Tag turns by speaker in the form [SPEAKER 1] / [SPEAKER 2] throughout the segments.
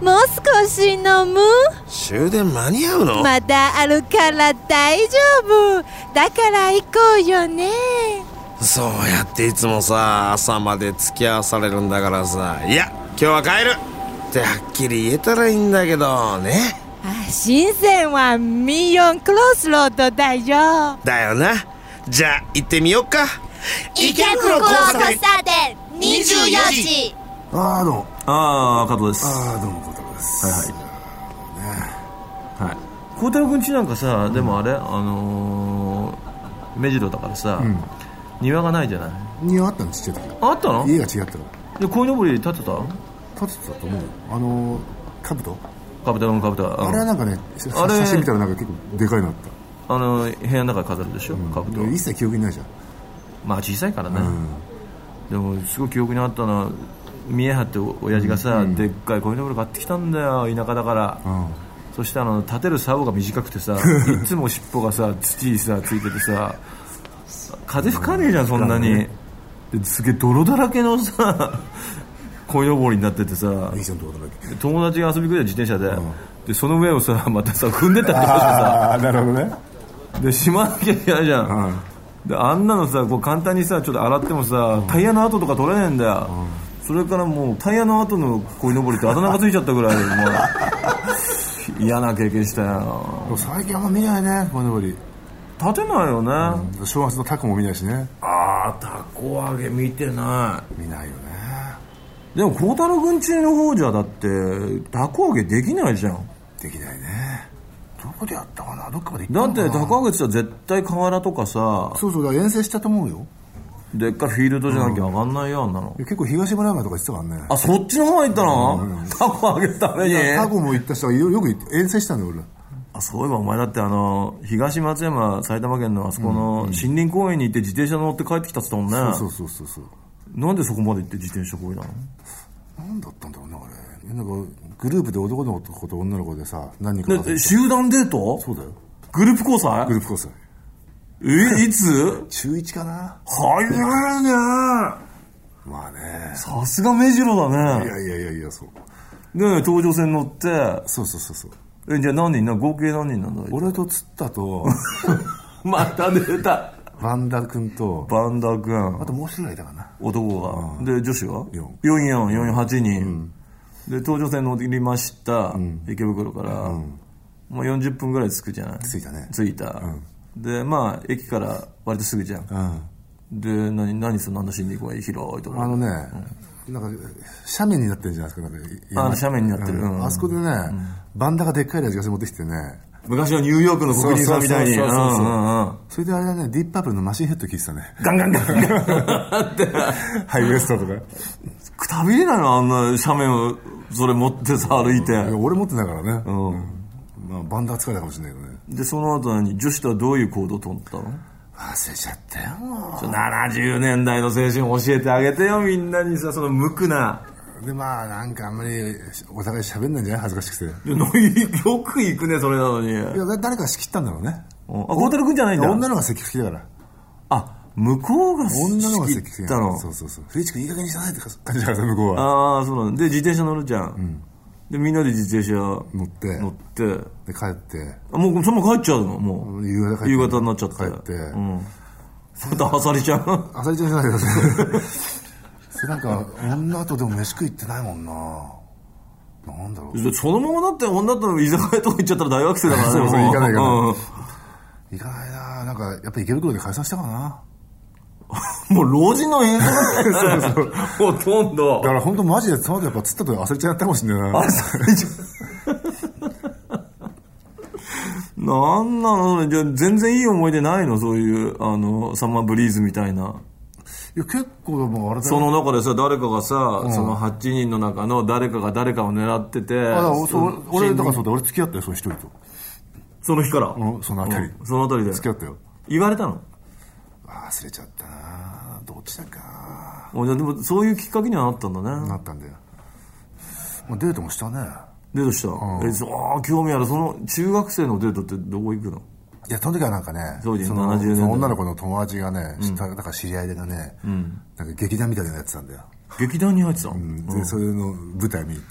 [SPEAKER 1] もう少し飲む
[SPEAKER 2] 終電間に合うの、
[SPEAKER 1] まだあるから大丈夫だから行こうよね
[SPEAKER 2] そうやっていつもさ朝まで付き合わされるんだからさいや今日は帰るってはっきり言えたらいいんだけどね
[SPEAKER 1] あ深センはミヨンクロスロードだよ
[SPEAKER 2] だよなじゃあ行ってみよっか
[SPEAKER 3] 池袋交差点24時
[SPEAKER 4] ああどうも
[SPEAKER 5] ああ加藤です
[SPEAKER 4] ああどうも小太郎です
[SPEAKER 5] はいはい孝太郎君ちなんかさ、でもあれあのー、目白だからさ、庭がないじゃない
[SPEAKER 4] 庭あったのちっちゃい時
[SPEAKER 5] あったの
[SPEAKER 4] 家が
[SPEAKER 5] で
[SPEAKER 4] 違ったの
[SPEAKER 5] 鯉のぼり立ってた
[SPEAKER 4] 立ってたと思うよあのー兜
[SPEAKER 5] カブタうんカブタ
[SPEAKER 4] あれはなんかね写
[SPEAKER 5] あれ
[SPEAKER 4] 写真見たらなんか結構でかいのあっ
[SPEAKER 5] あの部屋の中で飾るでしょ、カブ
[SPEAKER 4] た
[SPEAKER 5] ト
[SPEAKER 4] で一切記憶にないじゃん
[SPEAKER 5] まあ小さいからね、でもすごい記憶にあったのは見え張ってお親父がさ、でっかい鯉のぼり買ってきたんだよ田舎だから、そしてあの立てる竿が短くて さいつも尻尾がさ土にさついててさ風吹かねえじゃんそんなに、ですげえ泥だらけのさ鯉のぼりになっててさ
[SPEAKER 4] いいじゃんとこだらけ
[SPEAKER 5] 友達が遊びに来るじゃん自転車で,、でその上をさまたさ踏んでったりとかしてさ
[SPEAKER 4] ああなるほどね
[SPEAKER 5] でしまなきゃいけないじゃん、であんなのさこう簡単にさちょっと洗ってもさタイヤの跡とか取れねえんだよ、それからもうタイヤの跡のこいのぼり ってあだ名がついちゃったぐらいも う嫌な経験したよ
[SPEAKER 4] でも最近あんま見ないねこのぼり
[SPEAKER 5] 立てないよね、
[SPEAKER 4] 正月のタコも見ないしね
[SPEAKER 5] ああたこ揚げ見てな
[SPEAKER 4] 見ないよね
[SPEAKER 5] いでも孝太郎君ちの方じゃだってたこ揚げできないじゃん
[SPEAKER 4] できないねどこでやったかなどっかまで行
[SPEAKER 5] だ
[SPEAKER 4] った
[SPEAKER 5] っ
[SPEAKER 4] のかな
[SPEAKER 5] てたこ揚げってさ絶対河原とかさ
[SPEAKER 4] そうそうだから遠征したと思うよ
[SPEAKER 5] でっかいフィールドじゃなきゃ上がんないよあんなの
[SPEAKER 4] いや結構東村山とか行ってたからね
[SPEAKER 5] あそっちの方行ったのたこ揚げるために
[SPEAKER 4] タコも行った人はよよく行って遠征したんだよ俺ら
[SPEAKER 5] あそういえばお前だってあの東松山埼玉県のあそこの森林公園に行って自転車乗って帰ってきたっつったもんね、
[SPEAKER 4] そうそうそうそう
[SPEAKER 5] なんでそこまで行って自転車こいだの
[SPEAKER 4] なんだったんだろうなあれなんかグループで男の子と女の子でさ何人か
[SPEAKER 5] だっ
[SPEAKER 4] か
[SPEAKER 5] て集団デート
[SPEAKER 4] そうだよ
[SPEAKER 5] グループ交際
[SPEAKER 4] グループコースだよ
[SPEAKER 5] えいつ
[SPEAKER 4] 中1かな
[SPEAKER 5] 早いね
[SPEAKER 4] まあね
[SPEAKER 5] さすが目白だ
[SPEAKER 4] い
[SPEAKER 5] ね
[SPEAKER 4] やいやいやいやそう
[SPEAKER 5] ね東上線乗って
[SPEAKER 4] そうそうそうそう
[SPEAKER 5] えじゃあ何人な合計何人なんだ
[SPEAKER 4] 俺とつった と
[SPEAKER 5] また出た
[SPEAKER 4] バンダ君と
[SPEAKER 5] バンダー
[SPEAKER 4] あ
[SPEAKER 5] 君
[SPEAKER 4] ともう一人ぐらいいたかな
[SPEAKER 5] 男が、で女子は
[SPEAKER 4] 四
[SPEAKER 5] 4448人、で東上線乗りました、池袋から、もう40分ぐらい着くじゃない
[SPEAKER 4] 着いたね
[SPEAKER 5] 着いた、でまあ駅から割とすぐじゃん、で何何するのあんな新宿は広いと
[SPEAKER 4] あ
[SPEAKER 5] こ
[SPEAKER 4] のね、なんか斜面になってるじゃないですかなんか
[SPEAKER 5] あの斜面になってる
[SPEAKER 4] う
[SPEAKER 5] うん
[SPEAKER 4] んあそこでね、バンダがでっかいラジカセ持ってきてね
[SPEAKER 5] 昔のニューヨークの
[SPEAKER 4] そう
[SPEAKER 5] 黒人さんみたいに
[SPEAKER 4] そうそうそうそう
[SPEAKER 5] うんうんうん
[SPEAKER 4] それであれだねディープパープルのマシンヘッド聞いてたね
[SPEAKER 5] ガン ガンガンガン
[SPEAKER 4] ハイウエストとかい
[SPEAKER 5] くたびれないのあんな斜面をそれ持ってさ歩いて、
[SPEAKER 4] や俺持ってないからね、
[SPEAKER 5] うん
[SPEAKER 4] まあ、バンダー疲れたかもしれないけどね
[SPEAKER 5] でその後何女子とはどういう行動をとったの
[SPEAKER 4] 忘れちゃったよ
[SPEAKER 5] ちょ70年代の青春教えてあげてよみんなにさその無垢な
[SPEAKER 4] でまあなんかあんまりお互い喋んないんじゃない恥ずかしくて
[SPEAKER 5] いやのよく行くねそれなのに
[SPEAKER 4] いやだ誰かが仕切ったんだろうね
[SPEAKER 5] おあ孝太郎君じゃないんだ
[SPEAKER 4] 女の子が席好きだから
[SPEAKER 5] あ向こうが
[SPEAKER 4] 女の子
[SPEAKER 5] 好
[SPEAKER 4] が
[SPEAKER 5] き
[SPEAKER 4] 席
[SPEAKER 5] っ
[SPEAKER 4] 好きだ
[SPEAKER 5] た
[SPEAKER 4] から
[SPEAKER 5] の
[SPEAKER 4] そうそうそうフリーチ君いい加減にしなさいって感じだから向こうは
[SPEAKER 5] ああそうなんだで自転車乗るじゃん、でみんなで自転車乗
[SPEAKER 4] 乗って
[SPEAKER 5] って
[SPEAKER 4] で帰って
[SPEAKER 5] あもうそのまま帰っちゃうのもう
[SPEAKER 4] 夕方帰って
[SPEAKER 5] 夕方になっちゃって
[SPEAKER 4] 帰って
[SPEAKER 5] うんまたあさりちゃん
[SPEAKER 4] 浅井ちゃんじゃないけどね それなんか女とでも飯食い行ってないもんななんだろう
[SPEAKER 5] そのままだって女と居酒屋とか行っちゃったら大学生だからね
[SPEAKER 4] そうそう
[SPEAKER 5] も
[SPEAKER 4] 行かない行かない
[SPEAKER 5] うん
[SPEAKER 4] 行かないななんかやっぱ池袋で解散したかな
[SPEAKER 5] もう老人の映像だねほとんど
[SPEAKER 4] だから本当マジでその後やっぱつったと浅井ちゃんやったかもしれないな
[SPEAKER 5] あ それじゃなんなのじゃあ全然いい思い出ないのそういうあのサマーブリーズみたいない
[SPEAKER 4] や結構でもあれだよ
[SPEAKER 5] その中でさ誰かがさ、その8人の中の誰かが誰かを狙ってて
[SPEAKER 4] あだから
[SPEAKER 5] そ
[SPEAKER 4] そう俺だからそうだ俺付き合ったよその一人と
[SPEAKER 5] その日から、
[SPEAKER 4] うんそのあたり
[SPEAKER 5] そのあたりで
[SPEAKER 4] 付き合ったよ
[SPEAKER 5] 言われたの
[SPEAKER 4] あ忘れちゃったなどっちだか
[SPEAKER 5] おじゃあでもそういうきっかけにはなったんだね
[SPEAKER 4] なったんだよ、まあ、デートもしたね
[SPEAKER 5] デートした、えそうあー興味あるその中学生のデートってどこ行くの
[SPEAKER 4] いやその時はなんかね
[SPEAKER 5] そうです
[SPEAKER 4] の
[SPEAKER 5] 70年代
[SPEAKER 4] その女の子の友達がね、知っただから知り合いでがね、なんか劇団みたいなのやってたんだよ、
[SPEAKER 5] 劇団に入ってたの、
[SPEAKER 4] でそういうの舞台見に行っ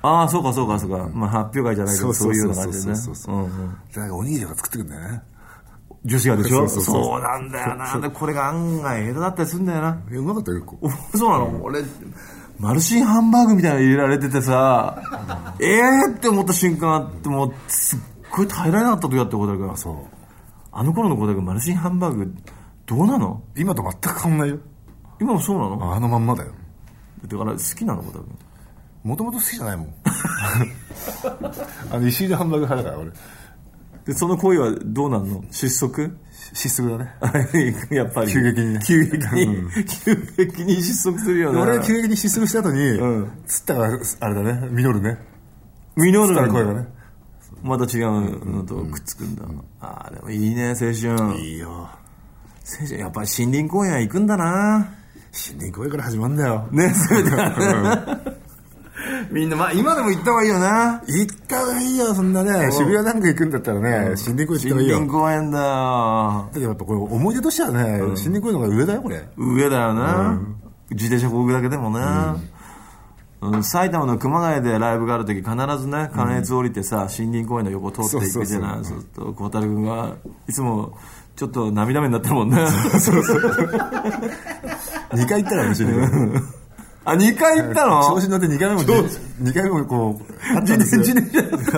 [SPEAKER 5] ああそうかそうかそうか、まあ、発表会じゃないけど
[SPEAKER 4] そ
[SPEAKER 5] そううい
[SPEAKER 4] そうう
[SPEAKER 5] ような
[SPEAKER 4] そう
[SPEAKER 5] 感じ
[SPEAKER 4] そ
[SPEAKER 5] で
[SPEAKER 4] う
[SPEAKER 5] ね
[SPEAKER 4] そう
[SPEAKER 5] うんうん
[SPEAKER 4] でなんかおにぎりが作ってくんだよね
[SPEAKER 5] 女子がでしょ
[SPEAKER 4] そ
[SPEAKER 5] そう
[SPEAKER 4] そ
[SPEAKER 5] う
[SPEAKER 4] うそう
[SPEAKER 5] なんだよなでこれが案外下手だったりするんだよな
[SPEAKER 4] えうまかったよ結構
[SPEAKER 5] そうなの、俺マルシンハンバーグみたいなの入れられててさええーって思った瞬間あってもうすっごい耐えられなかった時だった小田君あ
[SPEAKER 4] そう
[SPEAKER 5] の頃の小田君マルシンハンバーグどうなの
[SPEAKER 4] 今と全く変わんないよ
[SPEAKER 5] 今もそうなの
[SPEAKER 4] あのまんまだよ
[SPEAKER 5] だから好きなの小田君
[SPEAKER 4] もともと好きじゃないもん あの石井のハンバーグ派だから俺
[SPEAKER 5] でその行為はどうなんの失速
[SPEAKER 4] 失速だね
[SPEAKER 5] やっぱり
[SPEAKER 4] 急激にね
[SPEAKER 5] 急激に急激に失速するよね
[SPEAKER 4] 俺が急激に失速した後に、
[SPEAKER 5] うん
[SPEAKER 4] 釣ったからあれだね実るね
[SPEAKER 5] 実る
[SPEAKER 4] 釣ったら声が
[SPEAKER 5] ね
[SPEAKER 4] ね
[SPEAKER 5] また違うのとくっつくんだ、ああでもいいね青春いいよ青春やっぱり森林公園は行くんだな
[SPEAKER 4] 死んでいこうから始まるんだよ
[SPEAKER 5] ねそれでみんなまあ今でも行った方がいいよな
[SPEAKER 4] 行った方がいいよそんなね渋谷なんか行くんだったらね死んでいこう行った方がいい
[SPEAKER 5] 森
[SPEAKER 4] よ
[SPEAKER 5] 林公園だよ
[SPEAKER 4] だけどやっぱこれ思い出としてはね死んでいこうの方が上だよこれ
[SPEAKER 5] 上だよな、自転車こぐだけでもな、うん埼玉の熊谷でライブがある時必ずね関越降りてさ、森林公園の横通っていくじゃないそうすると小太郎君がいつもちょっと涙目になってるもんね
[SPEAKER 4] 2回行ったからね死んでいこう
[SPEAKER 5] あ2回行った
[SPEAKER 4] 調
[SPEAKER 5] の
[SPEAKER 4] 子乗って2回目も2回目もこうあったんですよ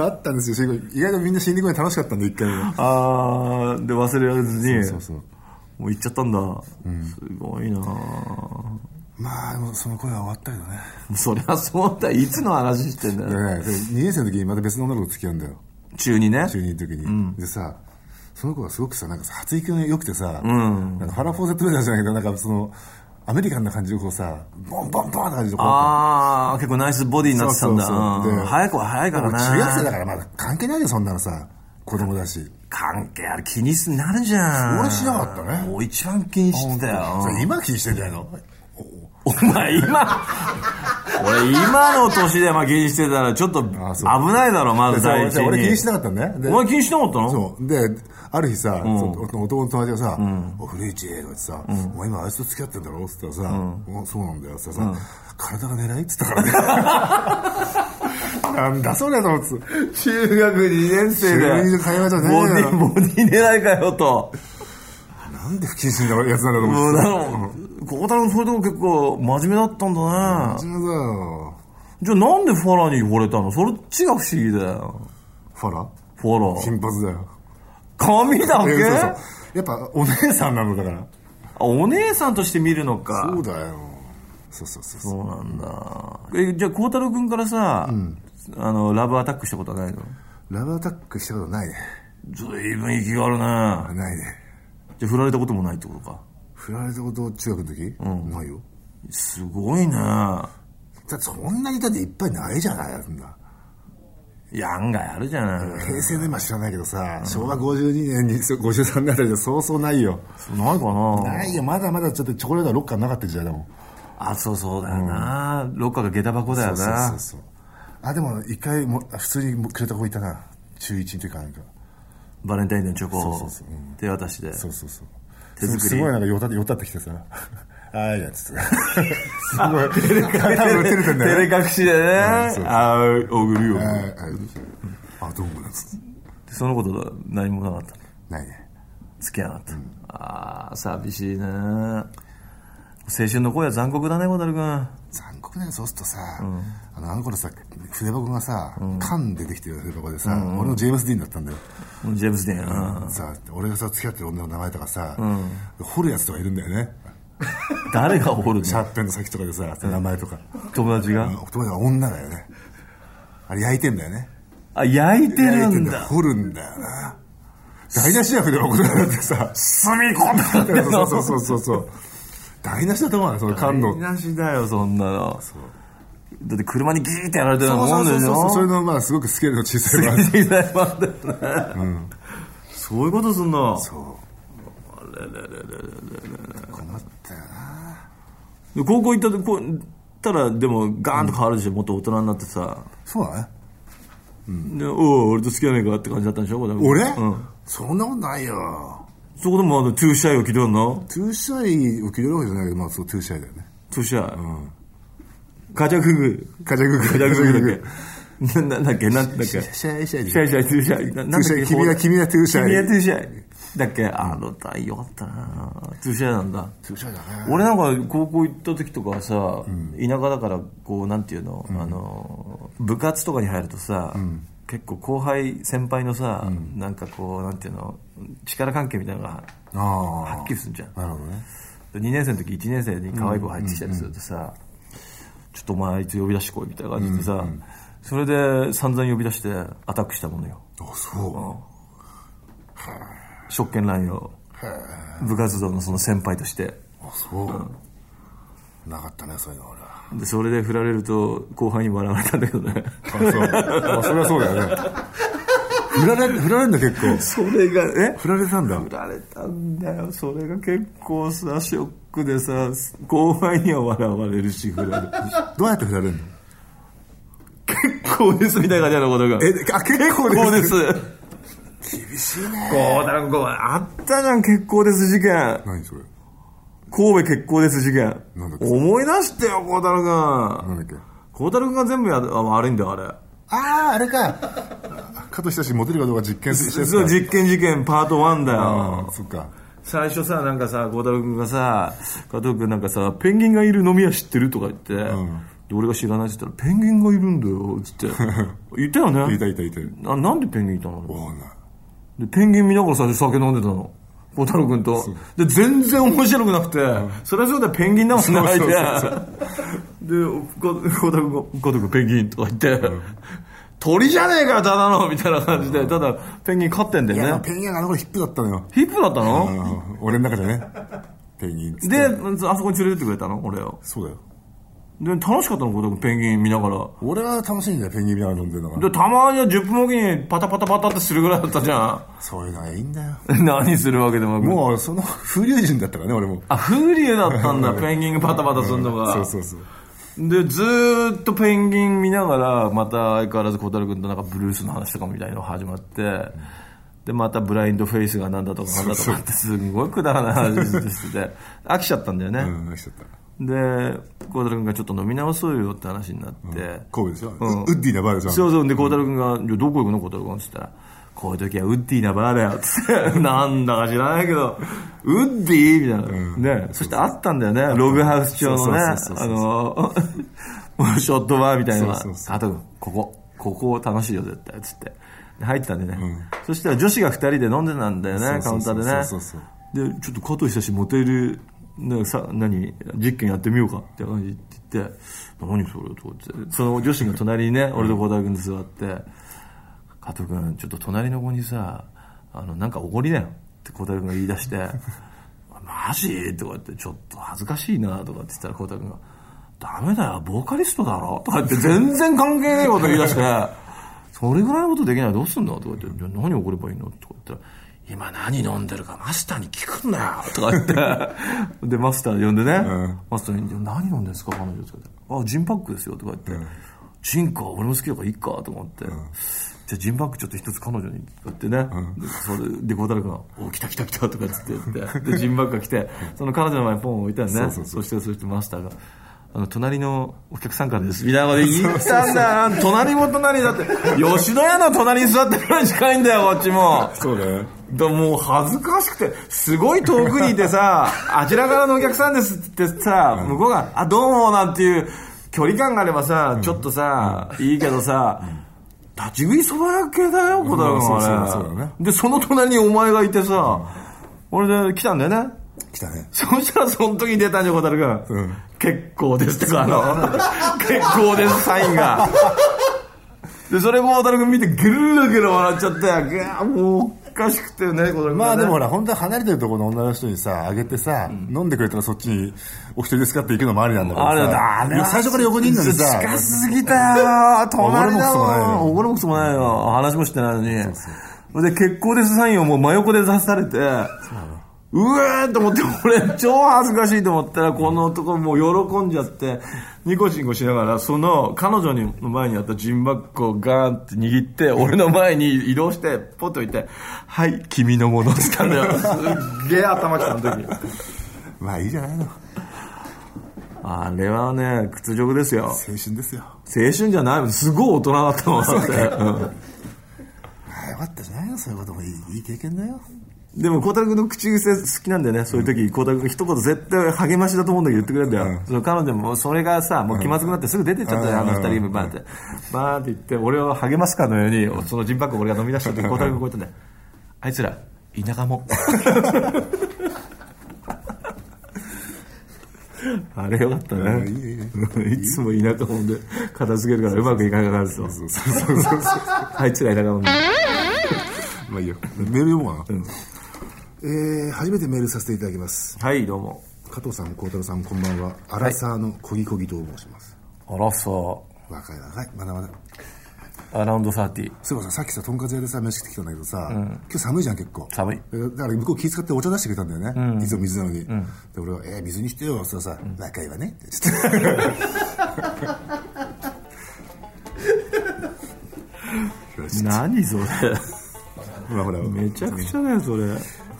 [SPEAKER 4] あったんですよ死んでいこう意外とみんな死んでいこう楽しかったんで1回目
[SPEAKER 5] ああで忘れられずに
[SPEAKER 4] そうそう
[SPEAKER 5] もう行っちゃったんだ、すごいな
[SPEAKER 4] まあでもその声は終わったけどね
[SPEAKER 5] そりゃそうだいつの話してんだ よ
[SPEAKER 4] 2年生の時にまた別の女の子と付き合うんだよ
[SPEAKER 5] 中にね
[SPEAKER 4] 中2の時に、でさその子がすごくさなんかさ発育が良くてさ、
[SPEAKER 5] ん
[SPEAKER 4] なんかハラフォーセットメダルじゃないけどなんかそのアメリカンな感じをこうさボンボンボンって感じでこう
[SPEAKER 5] ああ結構ナイスボディになってたんだ
[SPEAKER 4] そうそうそう
[SPEAKER 5] うん
[SPEAKER 4] で
[SPEAKER 5] 早くは早いか
[SPEAKER 4] も
[SPEAKER 5] ら
[SPEAKER 4] う
[SPEAKER 5] な
[SPEAKER 4] 中学生だからまだ関係ないよそんなのさ子供だし
[SPEAKER 5] 関係ある気にすなるじゃん
[SPEAKER 4] 俺しなかったね
[SPEAKER 5] もう一番気にしてた
[SPEAKER 4] それ
[SPEAKER 5] よ
[SPEAKER 4] 今気にしてんじゃないの
[SPEAKER 5] お前今 俺今の年でまあ気にしてたらちょっと危
[SPEAKER 4] あそう
[SPEAKER 5] ないだろま
[SPEAKER 4] で
[SPEAKER 5] ず
[SPEAKER 4] さ
[SPEAKER 5] 第一
[SPEAKER 4] 俺俺気にしな
[SPEAKER 5] に
[SPEAKER 4] かったのねで
[SPEAKER 5] お前気にしなかったの
[SPEAKER 4] そうである日さ、
[SPEAKER 5] ん
[SPEAKER 4] その男の友達がさ「お古市」とか言ってさ「お前今あいつと付き合ってんだろ?」っつったらさ「おそうなんだよ」っつったらさ「体が狙い?」っつったからねなんだそれと思って
[SPEAKER 5] 中学2年生で
[SPEAKER 4] 中二の会話じゃねえよ
[SPEAKER 5] ボディ ボディ狙いかよと
[SPEAKER 4] なんで不謹慎なやつなんだと
[SPEAKER 5] も
[SPEAKER 4] 思
[SPEAKER 5] う
[SPEAKER 4] って
[SPEAKER 5] だ
[SPEAKER 4] さ
[SPEAKER 5] ろここだろそういうとこ結構真面目だったんだ
[SPEAKER 4] 真
[SPEAKER 5] ね
[SPEAKER 4] 面目だよ
[SPEAKER 5] じゃあなんでファラに惚れたのそれっちが不思議だよ
[SPEAKER 4] ファラ
[SPEAKER 5] ファラ
[SPEAKER 4] 金髪だよ
[SPEAKER 5] 髪だ
[SPEAKER 4] い
[SPEAKER 5] け
[SPEAKER 4] やそうそうやっぱお姉さんなのだから
[SPEAKER 5] あお姉さんとして見るのか
[SPEAKER 4] そうだよそうそうそうそう
[SPEAKER 5] そうなんだえじゃあ孝太郎君からさ、あのラブアタックしたことはないの
[SPEAKER 4] ラブアタックしたことないね
[SPEAKER 5] ずいぶん息があるな
[SPEAKER 4] ないね
[SPEAKER 5] じゃあ振られたこともないってことか
[SPEAKER 4] 振られたこと中学の時ないよ
[SPEAKER 5] すごいな
[SPEAKER 4] だってそんなにだっていっぱいないじゃないそんな。
[SPEAKER 5] いや案外あるじゃない
[SPEAKER 4] 平成の今知らないけどさ、昭和52年に、53年あたりでそうそうないよ。
[SPEAKER 5] ないかな
[SPEAKER 4] ないよ、まだまだちょっとチョコレートはロッカーなかった時代だもん。
[SPEAKER 5] あそうそうだよな、ロッカーが下駄箱だよ
[SPEAKER 4] そう
[SPEAKER 5] な
[SPEAKER 4] そうそう。あ、でも一回も、普通にもくれた子いたな。中1の時かなんか。
[SPEAKER 5] バレンタインデーのチョコを
[SPEAKER 4] そうそうそううん
[SPEAKER 5] 手渡しで
[SPEAKER 4] そうそうそう。
[SPEAKER 5] 手作り
[SPEAKER 4] すごいなんかよたよたってきてさ、 あーいや つって。すごい。多分照れてんだよね。
[SPEAKER 5] 照れ隠しでね、
[SPEAKER 4] そう
[SPEAKER 5] あーおぐるよ
[SPEAKER 4] あーあーあ、どうもなんつって
[SPEAKER 5] でそのことは何もなかった
[SPEAKER 4] ないね。
[SPEAKER 5] 付き合わなかった、ああ寂しいな青春の恋は残酷だね小樽君
[SPEAKER 4] 残酷だよそうするとさ、あのあの頃さ筆箱がさ、缶出てきてる筆箱でさ、俺のジェームス・ディーンだったんだよ、
[SPEAKER 5] もうジェームズ・ディーンやな
[SPEAKER 4] さ俺がさ付き合ってる女の名前とかさ、掘るやつとかいるんだよね
[SPEAKER 5] 誰が掘る
[SPEAKER 4] シ
[SPEAKER 5] の
[SPEAKER 4] ャーペンの先とかでさ、名前とか
[SPEAKER 5] 友達が
[SPEAKER 4] 男は女だよねあれ焼いてんだよね
[SPEAKER 5] あ焼いてる
[SPEAKER 4] 焼いて
[SPEAKER 5] ん
[SPEAKER 4] ん
[SPEAKER 5] だ
[SPEAKER 4] だよ掘るんだよな台無しだよ筆箱だってさ
[SPEAKER 5] 住み込んだ
[SPEAKER 4] そうそうそうそうそう台無しだと思うよその缶の
[SPEAKER 5] なしだよそんなのだって車にギーってやられてるような
[SPEAKER 4] そ
[SPEAKER 5] も
[SPEAKER 4] うんそ
[SPEAKER 5] で
[SPEAKER 4] う
[SPEAKER 5] し
[SPEAKER 4] そうそう
[SPEAKER 5] ょ
[SPEAKER 4] それのまあすごくスケールの小さい版
[SPEAKER 5] 小さいもんだよねそういうことすんの
[SPEAKER 4] 困ったよな
[SPEAKER 5] で高校行ったとこ行ったらでもガーンと変わるでしょもっと大人になってさ
[SPEAKER 4] そうだね
[SPEAKER 5] でおう俺と付き合わないかって感じだったんでしょ
[SPEAKER 4] 俺、
[SPEAKER 5] うん
[SPEAKER 4] そんなことないよ
[SPEAKER 5] そこでもあのトゥーシャイを着てるの
[SPEAKER 4] トゥーシャイを着れるわけじゃないけど、まあ、そうトゥーシャイだよね
[SPEAKER 5] トゥーシャイカジャクグ
[SPEAKER 4] カジャググ
[SPEAKER 5] カジャクグだっけななんだっけなんだっけ
[SPEAKER 4] シャイシャイ
[SPEAKER 5] シャイシャイトゥーシャイななんだっけ
[SPEAKER 4] トゥーシャイ君は君はトゥーシャイ
[SPEAKER 5] 君はトゥーシャイだっけあの台よかったなトゥーシャイなんだ
[SPEAKER 4] トゥーシャイだね
[SPEAKER 5] 俺なんか高校行った時とかはさ、田舎だからこうなんていうの,、あの部活とかに入るとさ、結構後輩先輩のさ、なんかこうなんていうの力関係みたいなのが
[SPEAKER 4] ああ
[SPEAKER 5] はっきりするじゃん
[SPEAKER 4] なるほどね
[SPEAKER 5] 2年生の時1年生に可愛い子入ってきたりするとさ、ちょっとお前あいつ呼び出してこいみたいな感じでさ、それで散々呼び出してアタックしたものよ
[SPEAKER 4] あそ
[SPEAKER 5] 職権乱用部活動のその先輩として
[SPEAKER 4] うあそうなかったねそういうの俺は
[SPEAKER 5] でそれで振られると後輩に笑われたんだけどね
[SPEAKER 4] あそうまあそれはそうだよね振られ振られんだ結構
[SPEAKER 5] それがえ
[SPEAKER 4] 振られたんだ
[SPEAKER 5] 振られたんだよそれが結構さショックでさ後輩には笑われるし振 られるし
[SPEAKER 4] どうやって振られるの
[SPEAKER 5] 結構ですみたいな感じなことが
[SPEAKER 4] えあ結構
[SPEAKER 5] 結構です
[SPEAKER 4] 厳しいね
[SPEAKER 5] こうだこうあったじゃん結構です事件
[SPEAKER 4] 何それ
[SPEAKER 5] 神戸結構です事件
[SPEAKER 4] なんだっけ
[SPEAKER 5] 思い出してよ孝太郎
[SPEAKER 4] なんだ
[SPEAKER 5] 君
[SPEAKER 4] っけ
[SPEAKER 5] 孝太郎君が全部やるあ悪いんだよあれ
[SPEAKER 4] あああれか加藤久志モテるかどうか実験して
[SPEAKER 5] そう実験事件パート1だ
[SPEAKER 4] あ
[SPEAKER 5] よ
[SPEAKER 4] あそっか
[SPEAKER 5] 最初さなんかさ孝太郎君がさ加藤君なんかさ「ペンギンがいる飲み屋知ってる?」とか言って、で俺が知らないって言ったら「ペンギンがいるんだよ」っつって 言ったよね
[SPEAKER 4] いたいたいた
[SPEAKER 5] あなんでペンギンいたの
[SPEAKER 4] わかんない
[SPEAKER 5] で、ペンギン見ながら最初酒飲んでたの。小太郎君と。で、全然面白くなくて、それはそうだよペンギンだもんな、
[SPEAKER 4] そう
[SPEAKER 5] 相
[SPEAKER 4] そう
[SPEAKER 5] 手。で
[SPEAKER 4] そ、
[SPEAKER 5] 小太郎君、小太郎君ペンギンとか言って、鳥じゃねえかよ、ただのみたいな感じで、ただ、ペンギン飼ってんだ
[SPEAKER 4] いや
[SPEAKER 5] よね。
[SPEAKER 4] ペンギンがあの頃ヒップだったのよ
[SPEAKER 5] ヒップだった
[SPEAKER 4] う
[SPEAKER 5] の
[SPEAKER 4] ん俺の中でねペンギンっつって
[SPEAKER 5] で、あそこに連れてってくれたの、俺を。
[SPEAKER 4] そうだよ
[SPEAKER 5] で、楽しかったの、小太郎君、ペンギン見ながら。
[SPEAKER 4] 俺は楽しいんだよペンギン見ながら飲んでるのが
[SPEAKER 5] で、たまには10分おきにパタパタパタってするぐらいだったじゃ
[SPEAKER 4] そういうのがいいんだよ
[SPEAKER 5] ん。 何するわけでもなく。
[SPEAKER 4] もうその風流人だったからね俺も
[SPEAKER 5] あ、風流だった んだ、ペンギンがパタパタするのが。
[SPEAKER 4] そうそうそう
[SPEAKER 5] でずーっとペンギン見ながらまた相変わらず小樽君となんかブルースの話とかみたいのが始まって、でまたブラインドフェイスがなんだとかなんだとかってすごいくだらない話してて飽きちゃったんだよね、
[SPEAKER 4] うん飽きちゃった
[SPEAKER 5] で孝太郎君がちょっと飲み直そうよって話になって、
[SPEAKER 4] 神戸でしょウ
[SPEAKER 5] うん
[SPEAKER 4] ッディなバーでしょ
[SPEAKER 5] そうそうで孝太郎君が「いやどこ行くの孝太郎君」っつったら「こういう時はウッディなバーだよ」っつって「 なんだか知らないけどウッディ?」みたいな、ねそしてあったんだよねログハウス調の ね
[SPEAKER 4] そうそうそうそう
[SPEAKER 5] あのショットバーみたいな
[SPEAKER 4] そうそうそう
[SPEAKER 5] 加藤君ここここ楽しいよ絶対」っつってで入ってたんでね、そしたら女子が2人で飲んでたんだよねカ
[SPEAKER 4] そ
[SPEAKER 5] ウ
[SPEAKER 4] う
[SPEAKER 5] ン
[SPEAKER 4] そ
[SPEAKER 5] タ
[SPEAKER 4] うそうそ
[SPEAKER 5] ーでね
[SPEAKER 4] うそうそう
[SPEAKER 5] でちょっと加藤久志モテるなさ何実験やってみようかって感じって言って何それとかってその女子が隣にね俺と孝太君で座って「加藤君ちょっと隣の子にさあのなんかおごりだよ」って孝太君が言い出して 「マジ?」とかって「ちょっと恥ずかしいな」とかって言ったら孝太君が「ダメだよボーカリストだろ」とかって全然関係ねえこと言い出して 「それぐらいのことできないどうすんの?」とか言って「じゃあ何怒ればいいの?」とか言ったら「今何飲んでるかマスターに聞くんだよ」とか言ってでマスター呼んでね、マスターに「何飲んでるんですか彼女」とか言って「あジンパックですよ」とか言って「ジンか俺も好きだからいいか」と思って、じゃあジンバックちょっと一つ彼女に買ってね、でそれで孝太郎君が「お来た来た来た」とかっつって言ってでジンバックが来てその彼女の前にポン置いたよねそしてそしてマスターが「あの隣のお客さんからです」みたいなこと言ったんだよ隣も隣だって吉野家の隣に座ってるぐらい近いんだよこっちも
[SPEAKER 4] そうだよ
[SPEAKER 5] だもう恥ずかしくて、すごい遠くにい てさ、あちらからのお客さんですってさ、向こうが、あ、どうもなんていう距離感があればさ、ちょっとさ、いいけどさ、立ち食いそば屋系だよ、小田
[SPEAKER 4] うんそうそうそう
[SPEAKER 5] 君
[SPEAKER 4] そうだ
[SPEAKER 5] は
[SPEAKER 4] ね
[SPEAKER 5] ね。で、その隣にお前がいてさ、俺で来たんだよね。
[SPEAKER 4] 来たね
[SPEAKER 5] そしたらその時に出たんじゃん、小樽君、
[SPEAKER 4] うん
[SPEAKER 5] 結構ですってか、あの、 結構ですサインが。で、それも小樽君見て、ぐるぐる笑っちゃって、ぐわーもうおかしくてね、小樽君、ね。
[SPEAKER 4] まあでもほら本当に離れてるところの女の人にさあげてさ、飲んでくれたらそっちにお一人ですかって行くのもありなんだけど
[SPEAKER 5] あれ
[SPEAKER 4] さ
[SPEAKER 5] だ、あれは
[SPEAKER 4] 最初から横にいるのにさ
[SPEAKER 5] 近すぎたよ、隣だよ。
[SPEAKER 4] お
[SPEAKER 5] おごるもくそもないよ。話もしてないのに。で、結婚ですサインをもう真横で出されて、うわーと思って、俺、超恥ずかしいと思ったら、この男もう喜んじゃって、ニコチンコしながら、その、彼女にの前にあったジンバッグをガーンって握って、俺の前に移動して、ポッと置いて、はい、君のものって言った んだよ。すっげえ頭きた、あの時。
[SPEAKER 4] まあいいじゃないの
[SPEAKER 5] あれはね屈辱ですよ
[SPEAKER 4] 青春ですよ
[SPEAKER 5] 青春じゃないすごい大人だったもんそれ、うん
[SPEAKER 4] あよかったじゃないよそういうこともいいいい経験だよ
[SPEAKER 5] でも孝太郎君の口癖好きなんだよねそういう時孝太郎君一言絶対励ましだと思うんだけど言ってくれるんだよ、その彼女もそれがさもう気まずくなってすぐ出てっちゃったよ、あの二人今バーってバーって言って俺を励ますかのように、そのジンパックを俺が飲み出した時孝太郎君こう言ったんだよあいつら田舎 もあれよかったね
[SPEAKER 4] いいね
[SPEAKER 5] いつも田舎もんで片付けるからうまくいかなかったんですよ
[SPEAKER 4] そうそうそうそう
[SPEAKER 5] あいつら田舎もんで
[SPEAKER 4] まあいいよメール読もうかな、えー初めてメールさせていただきます
[SPEAKER 5] はいどうも
[SPEAKER 4] 加藤さん孝太郎さんこんばんはアラサーのこぎこぎと申します、
[SPEAKER 5] あらそう
[SPEAKER 4] 若い若いまだまだ
[SPEAKER 5] アラウンド30。
[SPEAKER 4] そういえばささっきさとんかつ屋でさ飯食ってきたんだけどさ、今日寒いじゃん結構
[SPEAKER 5] 寒い
[SPEAKER 4] えだから向こう気遣ってお茶出してくれたんだよね、いつも水なのに、で俺は「えー水にしてよ」そしたらさ「若いわね」 ってちょっ
[SPEAKER 5] 何それ
[SPEAKER 4] とほらほら
[SPEAKER 5] めちゃくちゃだよそれ
[SPEAKER 4] え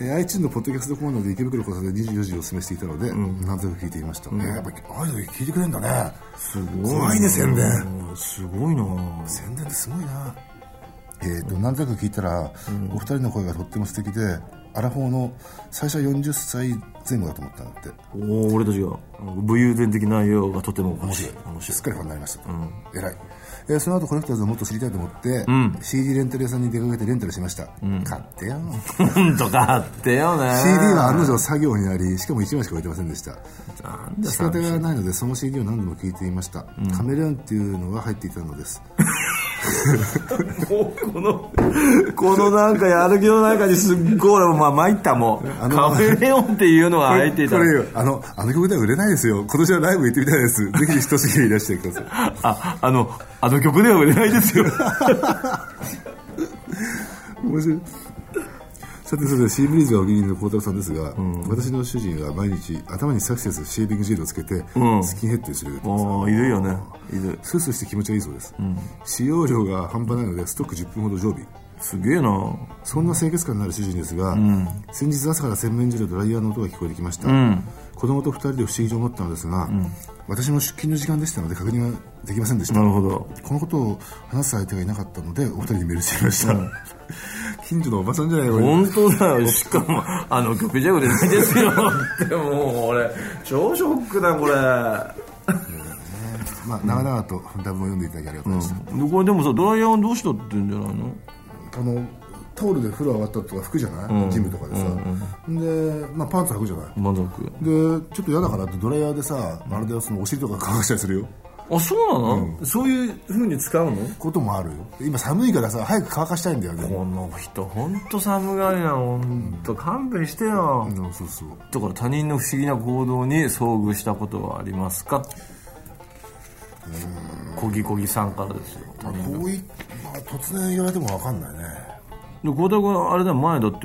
[SPEAKER 4] ー iTunes のポッドキャストコーナーで池袋交差点24時をお勧めしていたので、なんとなく聞いていました、えーやっぱああいう時聞いてくれるんだねすごい怖いね宣伝
[SPEAKER 5] うんすごいな
[SPEAKER 4] 宣伝ってすごいなえー、と何となく聞いたら、お二人の声がとっても素敵でアラフォーの最初は40歳前後だと思ったんだって
[SPEAKER 5] おお俺たちがあの武勇伝的内容がとても面白い面白い
[SPEAKER 4] すっかりファンになりました、偉い、えーその後コネクターズをもっと知りたいと思って、CD レンタル屋さんに出かけてレンタルしました、買 ってよ CD
[SPEAKER 5] 本当かってよね
[SPEAKER 4] は案の定作業になりしかも1枚しか置いてませんでした
[SPEAKER 5] なんで
[SPEAKER 4] 仕
[SPEAKER 5] さ
[SPEAKER 4] 方がないのでその CD を何度も聴いていました、カメレオンっていうのが入っていたのです
[SPEAKER 5] もうこのこのなんかやる気の中にすっごい俺もまあ参ったもんカフェレオンっていうのが入っていた
[SPEAKER 4] これよあのあの曲では売れないですよ今年はライブ行ってみたいですぜひ一席でいらしてください
[SPEAKER 5] ああのあの曲では売れないですよ
[SPEAKER 4] 面白いさてそれではシーブリーズがお気に入りの孝太郎さんですが、私の主人は毎日頭にサクセスシェービングジェルをつけてスキンヘッドにするようになってます、
[SPEAKER 5] もういるよねいる
[SPEAKER 4] スースーして気持ちがいいそうです、使用量が半端ないのでストック10分ほど常備
[SPEAKER 5] すげえな
[SPEAKER 4] そんな清潔感のある主人ですが、先日朝から洗面所でドライヤーの音が聞こえてきました、子供と2人で不思議と思ったのですが、私も出勤の時間でしたので確認ができませんでした
[SPEAKER 5] なるほど
[SPEAKER 4] このことを話す相手がいなかったのでお二人にメールしてみました、近所のおばさんじゃないこれ
[SPEAKER 5] 本当だよしかもあの曲じゃ売れないですよってもう俺超ショックだこれ
[SPEAKER 4] まあ、長々とダブを読んでいただきありがとうございまし
[SPEAKER 5] これでもさドライヤーはどうしたって言うんじゃないの
[SPEAKER 4] た、あのタオルで風呂上がったとか服じゃない、ジムとかでさ、で、まあ、パンツ履くじゃない
[SPEAKER 5] 満足
[SPEAKER 4] でちょっと嫌だからってドライヤーでさまるでそのお尻とか乾かしたりするよ
[SPEAKER 5] あそうなの、そういうふうに使うの
[SPEAKER 4] こともあるよ今寒いからさ早く乾かしたいんだよね
[SPEAKER 5] この人本当寒がりな本当勘弁してよ、
[SPEAKER 4] うんそうそう
[SPEAKER 5] だから他人の不思議な行動に遭遇したことはありますかこぎこぎさんからですよ
[SPEAKER 4] まあこうい、まあ、突然言われても分かんないね
[SPEAKER 5] で孝太君あれだよ前だって、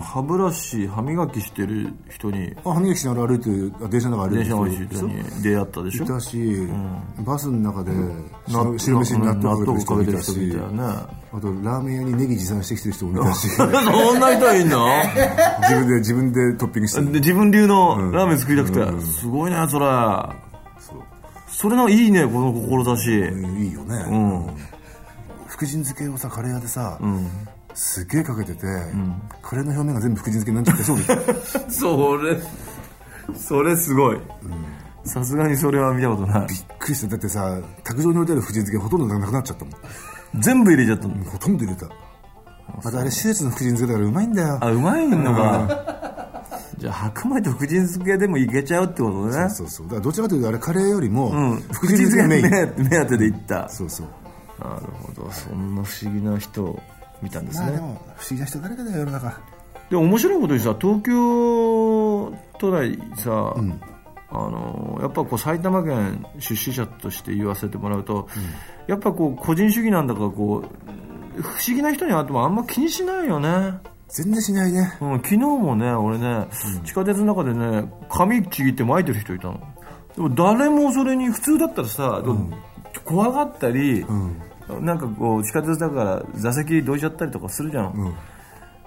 [SPEAKER 5] 歯ブラシ歯磨きしてる人に
[SPEAKER 4] あ歯磨きしながら歩いてるあ電車の中歩いて
[SPEAKER 5] 電車の
[SPEAKER 4] る
[SPEAKER 5] 人に出会ったでしょ
[SPEAKER 4] いたし、バスの中で白白飯に納
[SPEAKER 5] な
[SPEAKER 4] 豆を
[SPEAKER 5] を
[SPEAKER 4] か
[SPEAKER 5] か
[SPEAKER 4] けて
[SPEAKER 5] けて
[SPEAKER 4] る人
[SPEAKER 5] る人
[SPEAKER 4] もい
[SPEAKER 5] み
[SPEAKER 4] た
[SPEAKER 5] た
[SPEAKER 4] し
[SPEAKER 5] いな
[SPEAKER 4] あとラーメン屋にネギ持参してきてる人もいた し
[SPEAKER 5] そんな人いんの
[SPEAKER 4] 自分で自分でトッピングして
[SPEAKER 5] で
[SPEAKER 4] る
[SPEAKER 5] 自分流のラーメン作りたくてすごいねそれそれなんかいいねこの志
[SPEAKER 4] いいよね、福神漬けをさカレー屋でさ、すげえかけてて、カレーの表面が全部福神漬けになっちゃってそうで
[SPEAKER 5] それそれすごいさすがにそれは見たことない
[SPEAKER 4] びっくりしただってさ卓上に置いてある福神漬けほとんどなくなっちゃったもん
[SPEAKER 5] 全部入れちゃったの
[SPEAKER 4] ほとんど入れたまたあれ施設の福神漬けだからうまいんだよ
[SPEAKER 5] あうまいのかじゃあ白米と福神漬けでもいけちゃうってことね
[SPEAKER 4] そうそうだからどちらかというとあれカレーよりも
[SPEAKER 5] うん
[SPEAKER 4] 福神漬けがメイン、
[SPEAKER 5] 目目当てで行った
[SPEAKER 4] そうそう
[SPEAKER 5] なるほどそんな不思議な人を見たんです
[SPEAKER 4] まあで
[SPEAKER 5] ね
[SPEAKER 4] も不思議な人誰かだよ世の中
[SPEAKER 5] で面白いことにさ東京都内さ、あのやっぱこう埼玉県出身者として言わせてもらうと、やっぱこう個人主義なんだからこう不思議な人に会ってもあんま気にしないよね、
[SPEAKER 4] 全然しないね
[SPEAKER 5] うん、昨日もね俺ね、地下鉄の中でね髪ちぎって巻いてる人いたのでも誰もそれに普通だったらさ、怖がったり、なんかこう地下鉄だから座席どいちゃったりとかするじゃん、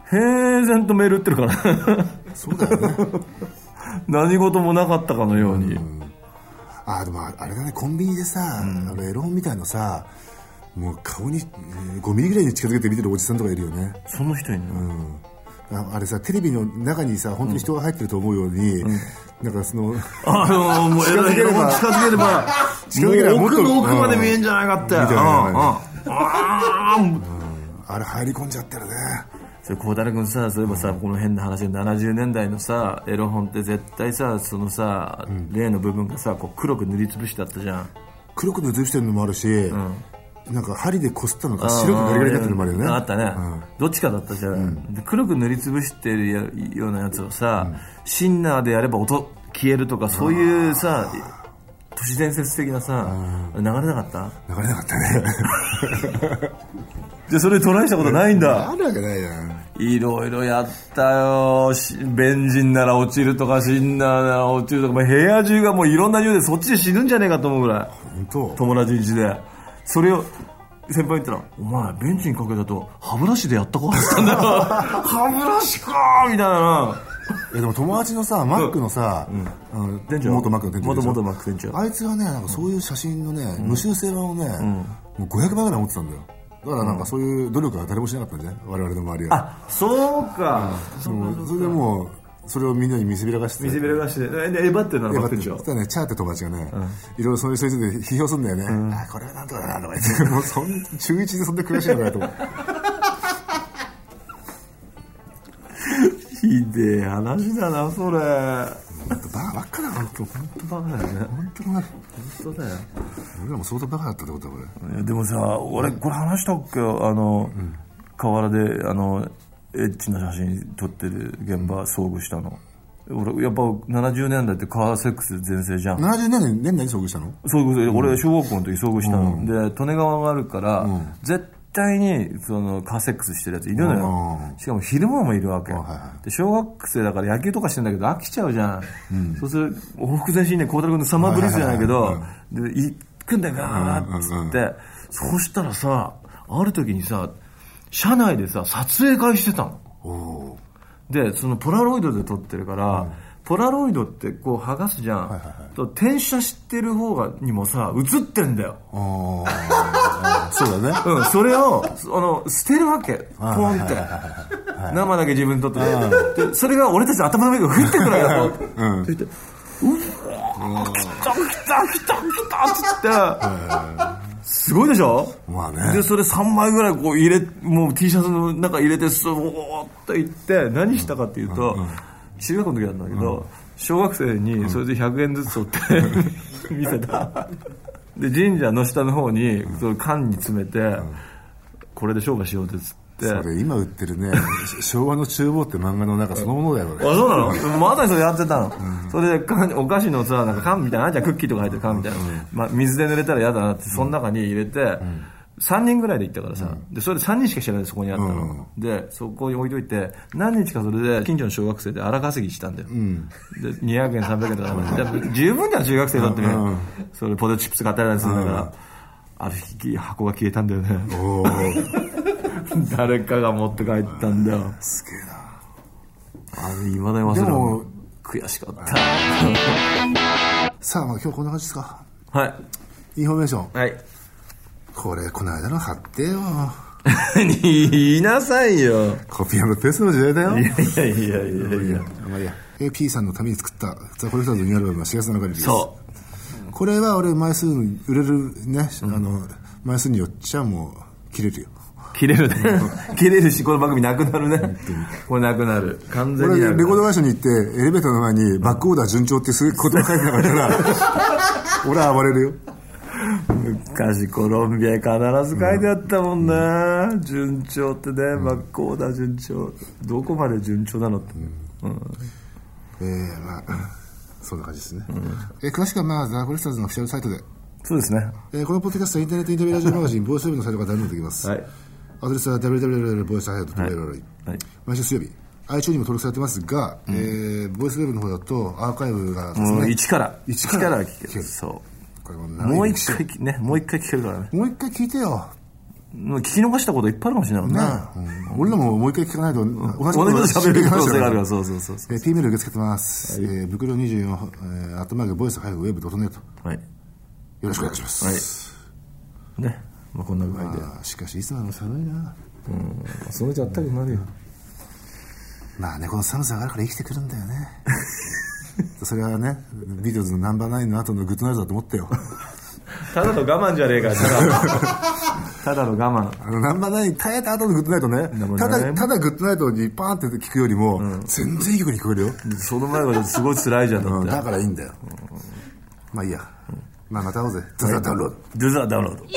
[SPEAKER 5] 平然とメール打ってるから
[SPEAKER 4] そうだよね
[SPEAKER 5] 何事もなかったかのように、
[SPEAKER 4] あーでもあれだねコンビニでさ、あのエロ本みたいのさもう顔にえー5ミリぐらいに近づけて見てるおじさんとかいるよね
[SPEAKER 5] その人いるの、
[SPEAKER 4] ああれさテレビの中にさ本当に人が入ってると思うように、なんかその
[SPEAKER 5] あのもう
[SPEAKER 4] づければ
[SPEAKER 5] もう近づければ
[SPEAKER 4] 近づければ
[SPEAKER 5] もう
[SPEAKER 4] もっと
[SPEAKER 5] 奥の奥まで見えんじゃないかって、
[SPEAKER 4] うん
[SPEAKER 5] うん
[SPEAKER 4] 見て
[SPEAKER 5] うん
[SPEAKER 4] るね
[SPEAKER 5] あーもう
[SPEAKER 4] あれ入り込んじゃってるね
[SPEAKER 5] それ孝太郎君さそういえばさ、この変な話で70年代のさエロ本って絶対さそのさ、例の部分がさこう黒く塗りつぶしてあったじゃん
[SPEAKER 4] 黒く塗りしてるのもあるし、なんか針でこすったのか白くガリガリになってるのもあるよね
[SPEAKER 5] あったね、どっちかだったじゃん、で黒く塗りつぶしてるやようなやつをさ、シンナーでやれば音消えるとかそういうさ都市伝説的なさ、流れなかった
[SPEAKER 4] うん流れなかったね
[SPEAKER 5] じゃあそれトライしたことないんだ
[SPEAKER 4] あるわけないじゃん
[SPEAKER 5] いろいろやったよしベンジンなら落ちるとかシンナーなら落ちるとかもう部屋中がもういろんな匂いでそっちで死ぬんじゃねえかと思うぐらい
[SPEAKER 4] 本当
[SPEAKER 5] 友達ん家でそれを先輩に言ったら「お前ベンチにかけたと歯ブラシでやったか?」って言ったん だよ歯ブラシかーみたいな
[SPEAKER 4] えでも友達のさマックのさ、あの
[SPEAKER 5] 店長
[SPEAKER 4] 元マックの店長でしょ
[SPEAKER 5] 元元マック店長
[SPEAKER 4] あいつがねなんかそういう写真のね、無修正版をね、もう500枚ぐらい持ってたんだよだからなんかそういう努力は誰もしなかったんじゃない我々の周りは
[SPEAKER 5] あそうか
[SPEAKER 4] もうそれでもうそれをみんなに見せびらかして
[SPEAKER 5] 水びらかしてえでエヴァってな
[SPEAKER 4] や
[SPEAKER 5] の
[SPEAKER 4] ば
[SPEAKER 5] マッ
[SPEAKER 4] ってる
[SPEAKER 5] クで
[SPEAKER 4] で
[SPEAKER 5] し
[SPEAKER 4] しょ
[SPEAKER 5] ょ
[SPEAKER 4] そしたらねチャーって友達がね、いろいろそういう人について批評するんだよね、あーこれはなんとかだなとか言って もうそん中一でそんな悔しいのかなと 思って
[SPEAKER 5] ひでえ話だなそ
[SPEAKER 4] 本
[SPEAKER 5] れ
[SPEAKER 4] 当バカばっかだな本当本
[SPEAKER 5] バカだよね
[SPEAKER 4] 当だな
[SPEAKER 5] 本当だよ
[SPEAKER 4] 俺らも相当バカだったってことだこれ
[SPEAKER 5] いやでもさ俺これ話したっけあの、河原であのエッチな写真撮ってる現場遭遇したの俺やっぱ70年代ってカーセックス全盛じゃん
[SPEAKER 4] 70年代年代に遭遇したの
[SPEAKER 5] そういうことで俺小学校の時遭遇したの、で利根川があるから、絶対にそのカーセックスしてるやついるのよ、しかも昼間もいるわけ、で小学生だから野球とかしてんだけど飽きちゃうじゃん、そうする往復前進で孝太郎君のサマーブリーズじゃない
[SPEAKER 4] は
[SPEAKER 5] け
[SPEAKER 4] い
[SPEAKER 5] ど
[SPEAKER 4] はいは
[SPEAKER 5] で行くんだよガーッつって、そうしたらさある時にさ車内でさ撮影会してたのでそのポラロイドで撮ってるから、ポラロイドってこう剥がすじゃん、と転写してる方がにもさ映ってんだよ、
[SPEAKER 4] ああ そうだね
[SPEAKER 5] うん、それをそあの捨てるわけポンって生だけ自分で撮っててでそれが俺たちの頭の上が降ってくるわけよ、そしてうわー来た来た来た来たっつってすごいでしょ
[SPEAKER 4] まあね
[SPEAKER 5] でそれ3枚ぐらいこう入れもう T シャツの中入れてそーっと行って何したかっていうと、中学校の時なんだけど、小学生にそれで100円ずつ取って、 見せたで神社の下の方にその缶に詰めて、これで商売しようってつって
[SPEAKER 4] それ今売ってるね昭和の厨房って漫画の中そのものだよ
[SPEAKER 5] あ
[SPEAKER 4] ね
[SPEAKER 5] そうなのまさにそれやってたの、それで缶お菓子のさなんか缶みたいなのあるじゃんクッキーとか入ってる缶みたいな、まあ、水で濡れたら嫌だなってその中に入れて、3人ぐらいで行ったからさ、でそれで3人しか知らないそこにあったの、でそこに置いといて何日かそれで近所の小学生で荒稼ぎしたんだよ、で200円300円とか で十分じゃん中学生だってね、それポテトチップス買ったりするんだから、ある日箱が消えたんだよね
[SPEAKER 4] おー
[SPEAKER 5] 誰かが持って帰ったんだよ
[SPEAKER 4] すげえな
[SPEAKER 5] あれいまだに忘れ
[SPEAKER 4] で
[SPEAKER 5] ない
[SPEAKER 4] も
[SPEAKER 5] 悔しかった
[SPEAKER 4] さあまあ今日こんな感じですか
[SPEAKER 5] はい。
[SPEAKER 4] インフォメーション
[SPEAKER 5] はい。
[SPEAKER 4] これこの間の貼ってよ
[SPEAKER 5] 言いなさいよ。
[SPEAKER 4] コピーペーストの時代だよ
[SPEAKER 5] いやいやいやいや。
[SPEAKER 4] あまりや。え P さんのために作ったザ・コレクターズのニューアルバムは4月7日リリース。。
[SPEAKER 5] そう
[SPEAKER 4] これは俺枚数、売れるね、あの、枚数によっちゃもう、切れるよ。
[SPEAKER 5] 切れるね。 切れるし、この番組なくなるね。これなくなる。完全
[SPEAKER 4] 俺、
[SPEAKER 5] にな
[SPEAKER 4] レ
[SPEAKER 5] く
[SPEAKER 4] コード
[SPEAKER 5] な
[SPEAKER 4] 会
[SPEAKER 5] る。
[SPEAKER 4] 社に行って、エレベーターの前に、バックオーダー順調ってすごい言葉書いてなかったら、 俺は暴れるよ。
[SPEAKER 5] 昔コロンビアに必ず書いてあったもんな。順調ってね、真っ向だ順調。どこまで順調なのって。
[SPEAKER 4] えー、まあ、そんな感じですね。え詳しくはまあ、ザ・コレクターズのオフィシャルサイトで、
[SPEAKER 5] そうですね。
[SPEAKER 4] えーこのポッドキャストはインターネットインタビューラジオマガジン、ボイスウェブのサイトからダウンロードできます。
[SPEAKER 5] はい。
[SPEAKER 4] アドレスは www.voiceahead.org
[SPEAKER 5] はい。
[SPEAKER 4] 毎週水曜日 iTunes にも登録されてますが、えーボイスウェブの方だとアーカイブがです
[SPEAKER 5] もう
[SPEAKER 4] ね
[SPEAKER 5] 一から。
[SPEAKER 4] 一から
[SPEAKER 5] 聞ける。そう。
[SPEAKER 4] これもう
[SPEAKER 5] も
[SPEAKER 4] 長
[SPEAKER 5] う
[SPEAKER 4] い
[SPEAKER 5] 一回、ね、もう一回聞けるからね。
[SPEAKER 4] もう一回聞いてよ
[SPEAKER 5] 聞き逃したこといっぱいあるかもしれないもんね
[SPEAKER 4] ね俺らももう一回聞かないと同じ
[SPEAKER 5] 同じこと喋る可能性があるから
[SPEAKER 4] う
[SPEAKER 5] そうそうそうそ
[SPEAKER 4] えー、P メール受け付けてます。えー、袋24、えー、アットマーク、ボイス、ハイフ、ウェブ、ドットネット。よ
[SPEAKER 5] うはい
[SPEAKER 4] ろしくお願いします。
[SPEAKER 5] ねまあこんな具合で
[SPEAKER 4] あーしかし、いつまでも寒いな。
[SPEAKER 5] それじゃあったくなるよ
[SPEAKER 4] まあね、この寒さがあるから生きてくるんだよ ね。それはね、ビートルズのナンバーナインの後のグッドナイトだと思 ってよ。
[SPEAKER 5] ただの我慢じゃねえかよただ ただの我慢
[SPEAKER 4] あの、ナンバーナイン耐えた後のグッドナイト
[SPEAKER 5] ナン
[SPEAKER 4] ね。
[SPEAKER 5] バ
[SPEAKER 4] た
[SPEAKER 5] ーナイ
[SPEAKER 4] だ、
[SPEAKER 5] ン
[SPEAKER 4] ただグッドナイトにパーンって聞くよりも、全然いい曲に聞こえるよ。
[SPEAKER 5] その前はすごい辛いじゃんだ
[SPEAKER 4] う
[SPEAKER 5] っ
[SPEAKER 4] ん
[SPEAKER 5] て
[SPEAKER 4] だからいいんだよ。まあいいや。まあまた会おうぜ。ザザダウンロード。
[SPEAKER 5] ドゥザダウンロード
[SPEAKER 3] いい